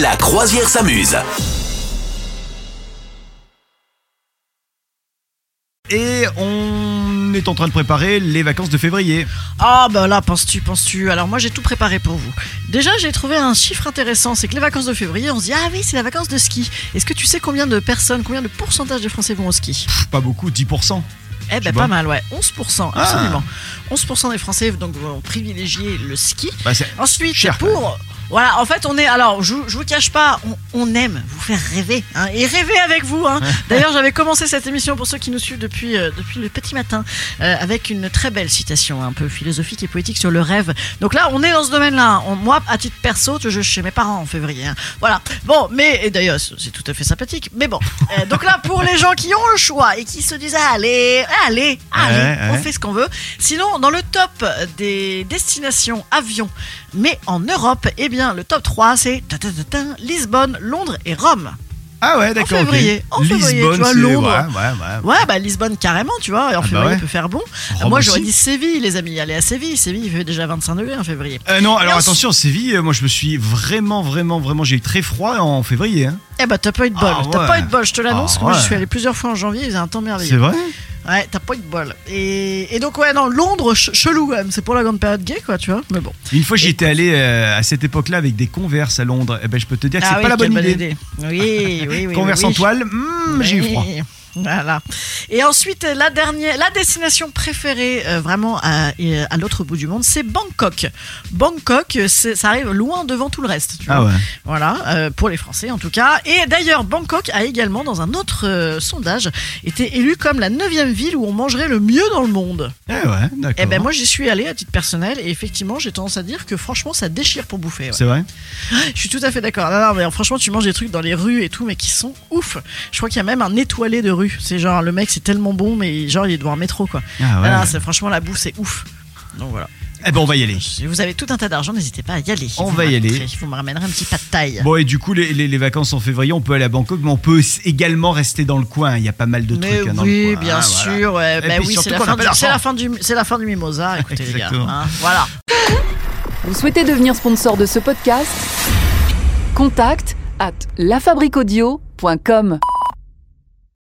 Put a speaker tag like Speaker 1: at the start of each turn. Speaker 1: La croisière s'amuse.
Speaker 2: Et on est en train de préparer les vacances de février.
Speaker 3: Ah bah là, penses-tu, penses-tu Alors moi j'ai tout préparé pour vous. Déjà j'ai trouvé un chiffre intéressant, c'est que les vacances de février, on se dit ah oui c'est la vacances de ski. Est-ce que tu sais combien de personnes, combien de pourcentage de Français vont au ski
Speaker 2: Pff, Pas beaucoup, 10%.
Speaker 3: Eh
Speaker 2: sais
Speaker 3: ben
Speaker 2: pas.
Speaker 3: pas mal, ouais, 11%, absolument. 11% des Français donc vont privilégier le ski.
Speaker 2: Bah, c'est-
Speaker 3: Ensuite,
Speaker 2: Cher,
Speaker 3: pour... Voilà, en fait, on est. Alors, je, je vous cache pas, on, on aime vous faire rêver, hein, et rêver avec vous. Hein. D'ailleurs, j'avais commencé cette émission pour ceux qui nous suivent depuis euh, depuis le petit matin euh, avec une très belle citation, hein, un peu philosophique et poétique sur le rêve. Donc là, on est dans ce domaine-là. hein. On- Moi, à titre perso, je vais chez mes parents en février. hein. Voilà. Bon, mais et d'ailleurs, c'est c'est tout à fait sympathique. Mais bon, Euh, donc là, pour les gens qui ont le choix et qui se disent allez, allez, allez,
Speaker 2: Ouais,
Speaker 3: on
Speaker 2: ouais.
Speaker 3: fait ce qu'on veut. Sinon, dans le top des destinations avions, mais en Europe, eh bien, le top 3, c'est ta, ta, ta, ta, Lisbonne, Londres et Rome.
Speaker 2: Ah ouais, d'accord. ok.
Speaker 3: février, en février,
Speaker 2: Lisbonne,
Speaker 3: tu vois,
Speaker 2: c'est-
Speaker 3: Londres.
Speaker 2: ouais, ouais, ouais.
Speaker 3: Ouais, bah Lisbonne carrément, tu vois. En
Speaker 2: Ah bah
Speaker 3: février,
Speaker 2: ouais.
Speaker 3: il peut faire bon.
Speaker 2: Rome
Speaker 3: Moi, j'aurais
Speaker 2: aussi.
Speaker 3: dit Séville, les amis. Allez à Séville. Séville, il fait déjà 25 degrés en février.
Speaker 2: Euh, non, alors
Speaker 3: Et ensuite-
Speaker 2: attention, Séville, euh, moi je me suis vraiment, vraiment, vraiment, j'ai eu très froid en février. hein.
Speaker 3: Eh bah, t'as pas eu de bol.
Speaker 2: Ah
Speaker 3: T'as
Speaker 2: ouais.
Speaker 3: pas eu de bol, je te l'annonce.
Speaker 2: Ah
Speaker 3: Moi, je
Speaker 2: ouais.
Speaker 3: suis allé plusieurs fois en janvier, il faisait un temps merveilleux.
Speaker 2: C'est vrai
Speaker 3: Ouais, t'as pas eu de bol. Et, et donc, ouais, non, Londres, ch- chelou quand même. C'est pour la grande période gay, quoi, tu vois. Mais bon.
Speaker 2: Une fois j'y étais allé euh, à cette époque-là avec des converses à Londres, eh ben, je peux te dire que
Speaker 3: Ah
Speaker 2: c'est
Speaker 3: oui,
Speaker 2: pas la
Speaker 3: quelle
Speaker 2: bonne idée.
Speaker 3: bonne idée. Oui, oui, oui.
Speaker 2: Converse
Speaker 3: oui,
Speaker 2: en
Speaker 3: oui.
Speaker 2: toile, hmm, j'ai eu
Speaker 3: Ben Oui.
Speaker 2: froid.
Speaker 3: Voilà. Et ensuite, la dernière, la destination préférée euh, vraiment à, et à l'autre bout du monde, c'est Bangkok. Bangkok, euh, c'est- ça arrive loin devant tout le reste. tu vois.
Speaker 2: Ah ouais.
Speaker 3: Voilà, euh, pour les Français en tout cas. Et d'ailleurs, Bangkok a également, dans un autre euh, sondage, été élu comme la neuvième ville où on mangerait le mieux dans le monde.
Speaker 2: Eh ouais, d'accord.
Speaker 3: Eh ben moi, j'y suis allée à titre personnel et effectivement, j'ai tendance à dire que franchement, ça déchire pour bouffer. ouais.
Speaker 2: C'est vrai
Speaker 3: Je suis tout à fait d'accord. Non, non, mais franchement, tu manges des trucs dans les rues et tout, mais qui sont ouf. Je crois qu'il y a même un étoilé de rue. C'est genre, le mec, c'est tellement bon, mais genre, il est devant un métro, quoi.
Speaker 2: Ah ouais.
Speaker 3: Ah, non, c'est- franchement, la bouffe, c'est ouf. Donc voilà.
Speaker 2: Eh ben on va y aller.
Speaker 3: Si vous avez tout un tas d'argent, n'hésitez pas à y aller.
Speaker 2: On
Speaker 3: Vous
Speaker 2: va
Speaker 3: me
Speaker 2: y aller.
Speaker 3: raconterez, Vous me ramènerez un petit pas de taille.
Speaker 2: Bon, et du coup, les, les- les vacances en février, on peut aller à Bangkok, mais on peut s- également rester dans le coin. Il y a pas mal de
Speaker 3: mais
Speaker 2: trucs hein, dans le coin.
Speaker 3: oui, bien
Speaker 2: hein, voilà.
Speaker 3: sûr. ouais,
Speaker 2: Et
Speaker 3: bah
Speaker 2: puis
Speaker 3: oui,
Speaker 2: surtout
Speaker 3: c'est la,
Speaker 2: qu'on
Speaker 3: fin
Speaker 2: n'a pas
Speaker 3: du-
Speaker 2: d'argent.
Speaker 3: c'est la fin du, c'est la fin du mimosa. Écoutez les gars,
Speaker 2: Exactement.
Speaker 3: hein. voilà.
Speaker 4: Vous souhaitez devenir sponsor de ce podcast Contact à lafabriquaudio.com.